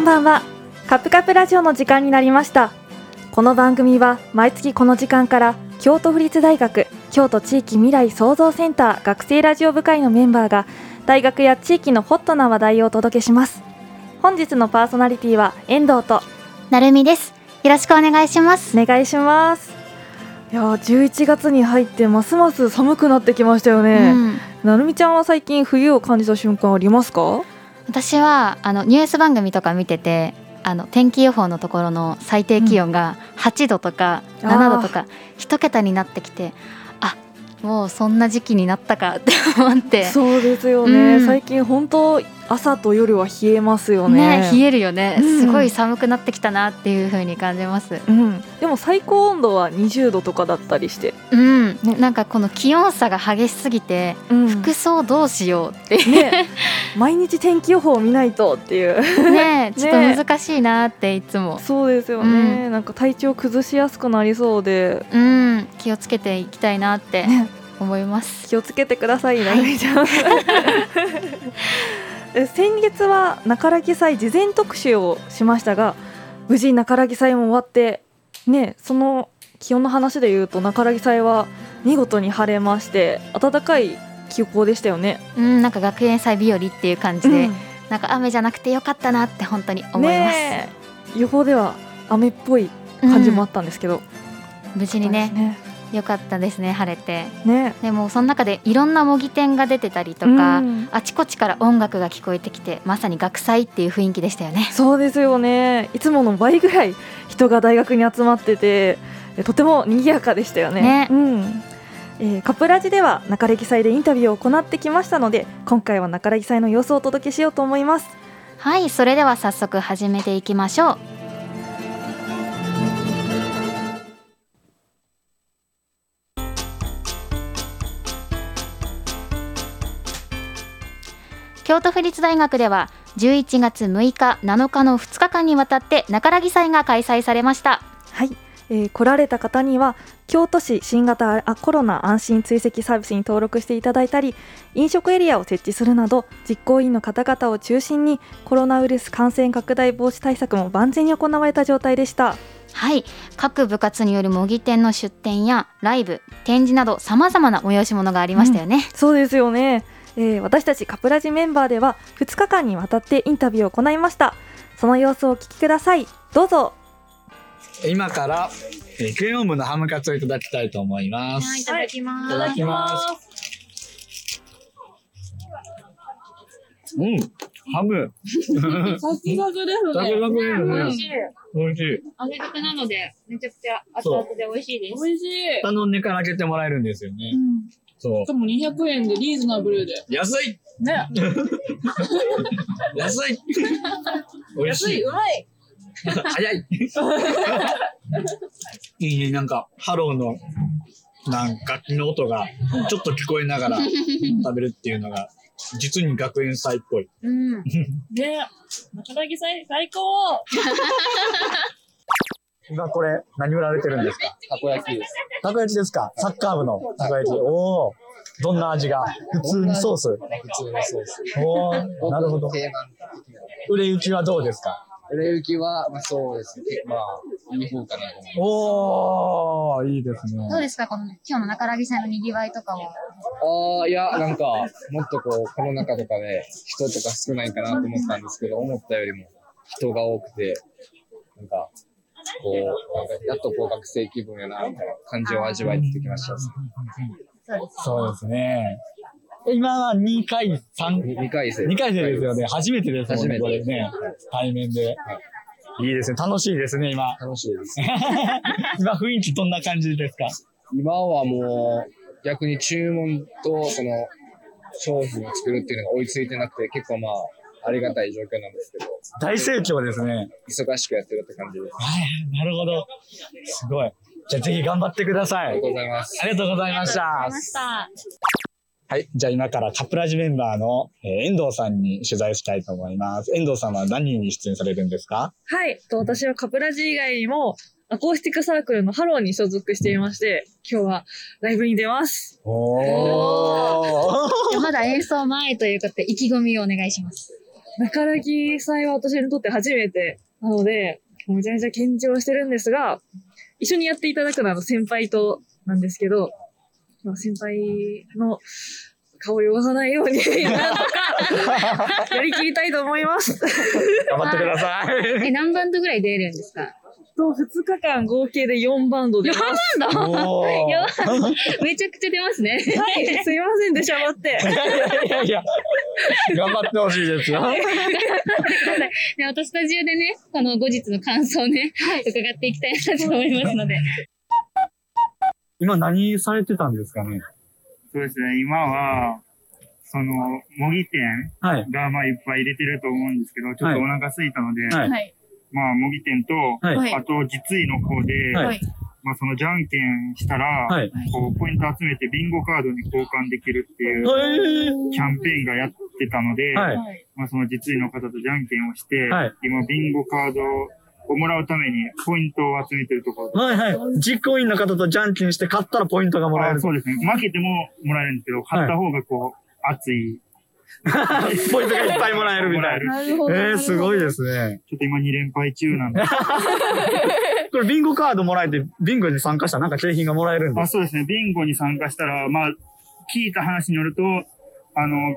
んはカプカプラジオの時間になりましたこの番組は毎月この時間から京都府立大学京都地域未来創造センター学生ラジオ部会のメンバーが大学や地域のホットな話題をお届けします本日のパーソナリティは遠藤となるみですよろしくお願いしますお願いしますいやー11月に入ってますます寒くなってきましたようね、んなるみちゃんは最近冬を感じた瞬間ありますか私はあのニュース番組とか見ててあの天気予報のところの最低気温が8度とかあー7度とか一桁になってきてあもうそんな時期になったかって思ってそうですよね、うん最近本当朝と夜は冷えますよねね冷えるよね、うんすごい寒くなってきたなっていう風に感じますうん、でも最高温度は20度とかだったりして、うん、ねなんかこの気温差が激しすぎて服装どうしようっていうね 毎日天気予報を見ないとっていう ねちょっと難しいなっていつも、 そうですよね、なんか体調崩しやすくなりそうで、うん、気をつけていきたいなってね思います。気をつけてくださいなるみちゃん え先月は中良木祭事前特集をしましたが無事中良木祭も終わってねその気温の話で言うと中良木祭は見事に晴れまして暖かい気候でしたよね。うん、なんか学園祭日和っていう感じで、うんなんか雨じゃなくてよかったなって本当に思います。ねえ予報では雨っぽい感じもあったんですけど、うん無事にね、ね良かったですね、晴れて。ねでもその中でいろんな模擬店が出てたりとか、うんあちこちから音楽が聞こえてきて、まさに学祭っていう雰囲気でしたよね。そうですよねいつもの倍ぐらい人が大学に集まっててえとても賑やかでしたよねねうんえーカプラジでは中歴祭でインタビューを行ってきましたので今回は中歴祭の様子をお届けしようと思いますはい、それでは早速始めていきましょう。京都府立大学では11月6日7日の2日間にわたって中良木祭が開催されましたはい、えー来られた方には京都市新型あコロナ安心追跡サービスに登録していただいたり飲食エリアを設置するなど実行委員の方々を中心にコロナウイルス感染拡大防止対策も万全に行われた状態でした。はい各部活による模擬店の出店やライブ展示などさまざまな催し物がありましたよね、そうですよね、えー私たちカプラジメンバーでは2日間にわたってインタビューを行いましたその様子をお聞きくださいどうぞ今から、えー、クレヨン部のハムカツをいただきたいと思います。ただきまいただきます。うん、ハム。サクサクです食べね。まくれ美る味ね。しい。美味しい。揚げたてなので、めちゃくちゃ熱々で美味しいです。美味しい。頼んでから開けてもらえるんですよね。そうしか。も200円でリーズナブルで。安いね。安 い美味し安い、いうまい。早 いいいね、なんか、ハローの、なんか楽器の音が、ちょっと聞こえながら食べるっていうのが、実に学園祭っぽい。うん、ね。中崎最最高。今これ何売られてるんですかたこ焼きです。たこ焼きですかサッカー部のたこ焼き。おお。どんな味が普通にソース普通のソース。おお。なるほど。定番的な。売れ行きはどうですか売れ行きは、まあ、そうですね。まあ、いい方かなと思います。おお。いいですね。どうですかこの今日の中良木さんの賑わいとかは。ああ、いや、なんか、もっとこう、コロナ禍とかで人とか少ないかなと思ったんですけど、思ったよりも人が多くて、なんか、こう、なんかやっとこう学生気分やな、みたいな感じを味わえてきました、ね。そうですね。え今は2回、3、 2回生。 2回生ですよね。初めてですもんね、初こめれてね。対面で。いいですね。楽しいですね、今。楽しいです。今雰囲気どんな感じですか今はもう、逆に注文と、その、商品を作るっていうのが追いついてなくて、結構まあ、ありがたい状況なんですけど、大盛況ですね。忙しくやってるって感じです。はい、なるほど。すごい。じゃあぜひ頑張ってくださありいがと。うございます。ありがとうございました。はい。じゃあ今からカップラジメンバーの、えー遠藤さんに取材したいと思います。遠藤さんは何に出演されるんですかはい。と私はカプラジ以外にも、アコースティックサークルのハローに所属していまして、今日はライブに出ます。おー。まだ演奏前ということで意気込みをお願いします。中らぎ祭は私にとって初めてなので、めちゃめちゃ緊張してるんですが、一緒にやっていただくのはあの先輩となんですけど、まあ先輩の顔を汚さないようになんと かやりきりたいと思います。頑張ってください。え、何バンドぐらい出るんですかと、2日間合計で4バンドでます。バンド おーや めちゃくちゃ出ますね。はい、 すいませんでしゃばって。いやいやいや、頑張ってほしいですよ。で、またスタジオでね、この後日の感想ね、伺っていきたいなと思いますので。今何されてたんですかねそうですね、今は、その、模擬店はい。が、まあ、いっぱい入れてると思うんですけど、ちょっとお腹空いたので、はいはい。まあ、模擬店と、はいはいあと、実意の方で、はいはいまあ、その、じゃんけんしたら、はい。こう、ポイント集めてビンゴカードに交換できるっていうキャンペーンがやってたので、はい。まあ、その実意の方とじゃんけんをして、はい今、ビンゴカードをもらうためにポイントを集めてるところです。はいはい。実行委員の方とじゃんけんして勝ったらポイントがもらえある。そうですね。負けてももらえるんですけど、勝った方がこう、熱い。 ポイントがいっぱいもらえるみたいな。 なるほど。えー、すごいですね。ちょっと今2連敗中なんで。これビンゴカードもらえて、ビンゴに参加したらなんか景品がもらえるんであす。そうですね、ビンゴに参加したら、まあ、聞いた話によると、あの、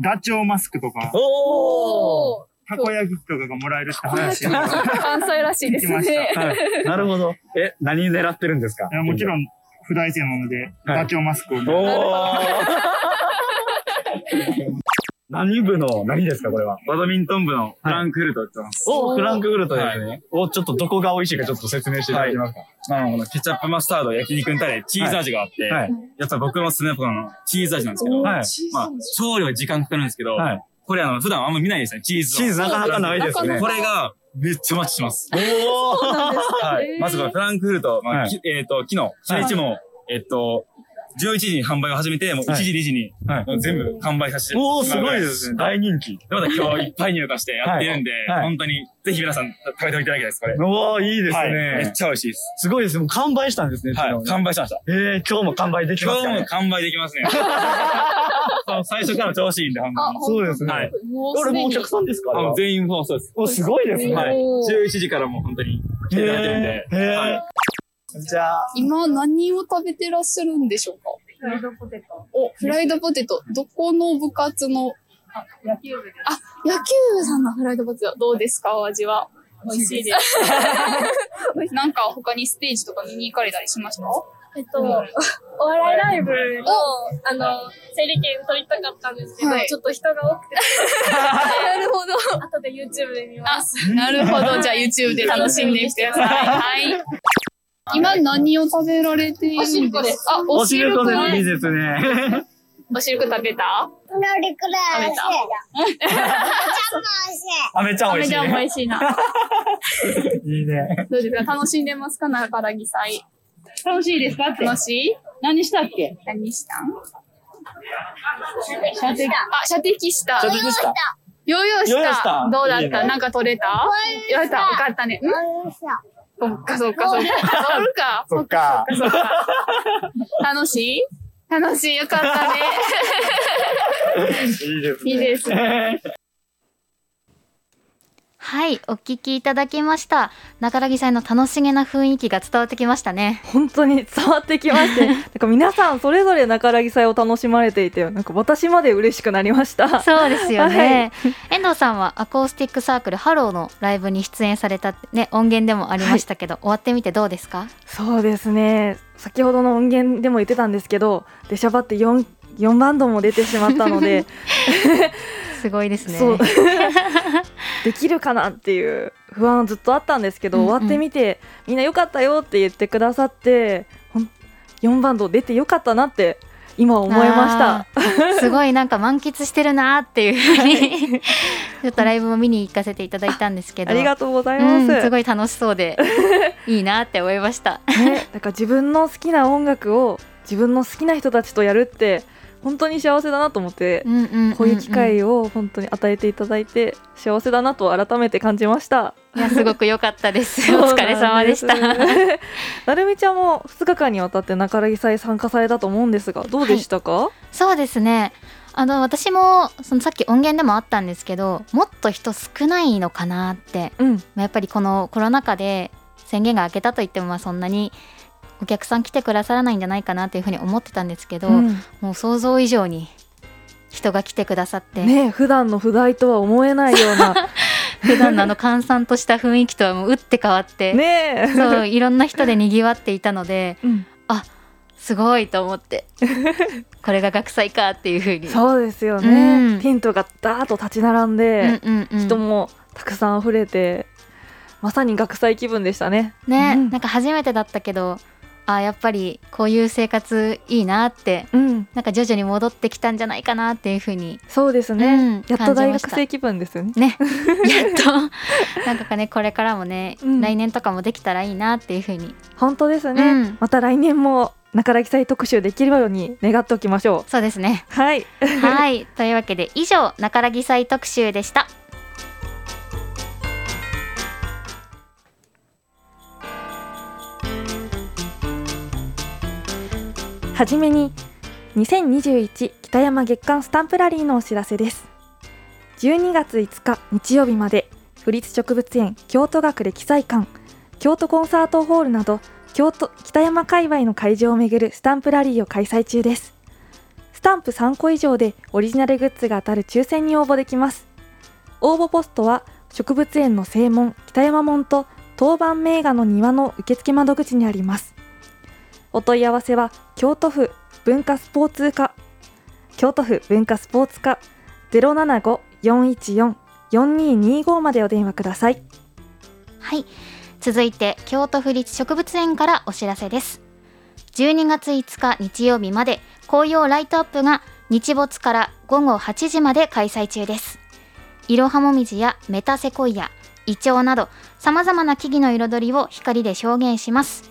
ダチョウマスクとか、おーたこ焼きとかがもらえるって話を関西らしいです聞きまね。はい。なるほど。え、何狙ってるんですかいやもちろん。ん、不大生なので、はいダチョウマスクを、おー何部の何ですかこれは。バドミントン部のフランクフルトって言ってます。おフランクフルトですね。お、ちょっとどこが美味しいかちょっと説明していただけますか、まあ、このケチャップマスタード、焼肉のタレ、チーズ味があって、はいやっぱ僕のスネポのチーズ味なんですけど、はいまあ、調理は時間かかるんですけど、はい。これあの、普段あんま見ないですね、チーズを。チーズなかなかないですね。これが、めっちゃマッチします。おーはい。まずこのフランクフルト、まあ、はいきえっ、と、昨日、初日も、えっと、11時に販売を始めて、もう1時、2時に、はいもう全部完売させておー、すごいですね。大人気。でまた今日いっぱい入荷してやってるんで、はい本当に、ぜひ皆さん食べておいていただきたいです、これ。おー、いいですね。はいめっちゃ美味しいです。すごいですね。もう完売したんですね、はい。昨日ね完売しました。えー、今日も完売でき今ますか日もね。完売でき ますね。そう最初から調子いいんで、ほんまに。そうですね。はい。もこれもうお客さんですかあの全員もうそうです。お、すごいですね。はい。おー11時からもう本当に来ていただいてるんで。へーへーはい。じゃあ、今何を食べてらっしゃるんでしょうかフライドポテト。お、フライドポテト。どこの部活のあ、野球部あ、野球部さんのフライドポテト。どうですかお味は。美味しいです。 なんか他にステージとか見に行かれたりしましたえっと、お笑いライブの、あの、整理券取りたかったんですけど、はいちょっと人が多くて、 なるほど。後で YouTube で見ます。あ、なるほど。じゃあ YouTube で楽しんできてください。はい。今何を食べられているんですかあ、おおししるるここでですいいですね。おしるこ食べた食べた。 あ、めっちゃあ美め味しちい、ゃ美ね。味しいな。いいね。 どうですか楽しんでますか中らぎ祭。楽しいですか楽しい何したっけ何したん射的あ、射的した。ちょっとでした。ヨーヨーしヨた。ーヨーしたどうだったいいねなんか取れた取れた。よかったね。んそっかそっかそっか。取るか。そっか。そっか。楽しい楽しい。よかった ね。いいですね。いいです。はい、お聞きいただきました。中らぎさんの楽しげな雰囲気が伝わってきまし たね。本当に伝わってきましてなんか皆さんそれぞれ中らぎ祭を楽しまれていてなんか私まで嬉しくなりましたそうですよね。遠藤さんはアコースティックサークルハローのライブに出演されたってね音源でもありましたけど、終わってみてどうですか？そうですね先ほどの音源でも言ってたんですけど出しゃばって 4, 4バンドも出てしまったの で、すごいですね。そうできるかなっていう不安はずっとあったんですけど、うんうん終わってみてみんな良かったよって言ってくださってほん4バンド出て良かったなって今思いました。あー。すごいなんか満喫してるなーっていうふうに、ちょっとライブも見に行かせていただいたんですけど。ありがとうございます、うん、すごい楽しそ うでいいなって思いました。ね、だから自分の好きな音楽を自分の好きな人たちとやるって本当に幸せだなと思って、んうんんんこういう機会を本当に与えていただいて幸せだなと改めて感じました。いやすごく良かったです。 お疲れ様でした。そうなんですなるみちゃんも2日間にわたって中らぎ祭参加されたと思うんですがどうでしたか、そうですね。あの私もそのさっき音源でもあったんですけどもっと人少ないのかなって、うんまあやっぱりこのコロナ禍で宣言が明けたといってもまあそんなにお客さん来てくださらないんじゃないかなというふうに思ってたんですけど、うんもう想像以上に人が来てくださって、ねえ普段の不在とは思えないような普段のあの閑散とした雰囲気とはもう打って変わって、ねえそういろんな人でにぎわっていたので、あすごいと思って これが学祭かっていうふうにそうですよね、うんテントがダーッと立ち並んで、うんうんうん人もたくさん溢れてまさに学祭気分でしたねね、なんか初めてだったけどあやっぱりこういう生活いいなって、なんか徐々に戻ってきたんじゃないかなっていうふうにそうですね、やっと大学生気分ですよねねや っとなんかねこれからもね、うん来年とかもできたらいいなっていうふうに本当ですね、うんまた来年も中良記祭特集できるように願っておきましょうそうで すねはいはいというわけで以上「中らぎ祭特集」でしたはじめに2021北山月間スタンプラリーのお知らせです12月5日日曜日まで府立植物園京都学歴祭館京都コンサートホールなど京都北山界隈の会場を巡るスタンプラリーを開催中ですスタンプ3個以上でオリジナルグッズが当たる抽選に応募できます応募ポストは植物園の正門北山門と当番名画の庭の受付窓口にありますお問い合わせは京都府文化スポーツ課京都府文化スポーツ課075-414-4225までお電話くださいはい続いて京都府立植物園からお知らせです12月5日日曜日まで紅葉ライトアップが日没から午後8時まで開催中ですいろはもみじやメタセコイアイチョウなどさまざまな木々の彩りを光で表現します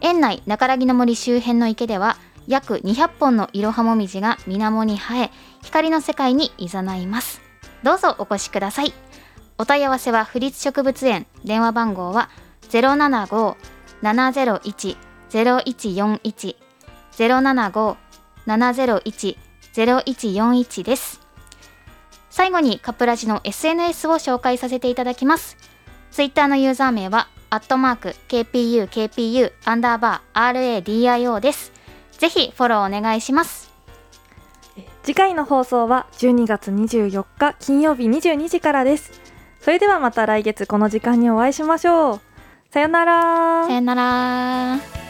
園内中良木の森周辺の池では約200本のいろはもみじが水面に生え光の世界にいざないますどうぞお越しくださいお問い合わせは府立植物園電話番号は075-701-0141 075-701-0141です最後にカップラジの SNS を紹介させていただきますツイッターのユーザー名はアットマーク KPUKPU アンダーバー RADIO ですぜひフォローお願いします次回の放送は12月24日金曜日22時からですそれではまた来月この時間にお会いしましょうさよならさよなら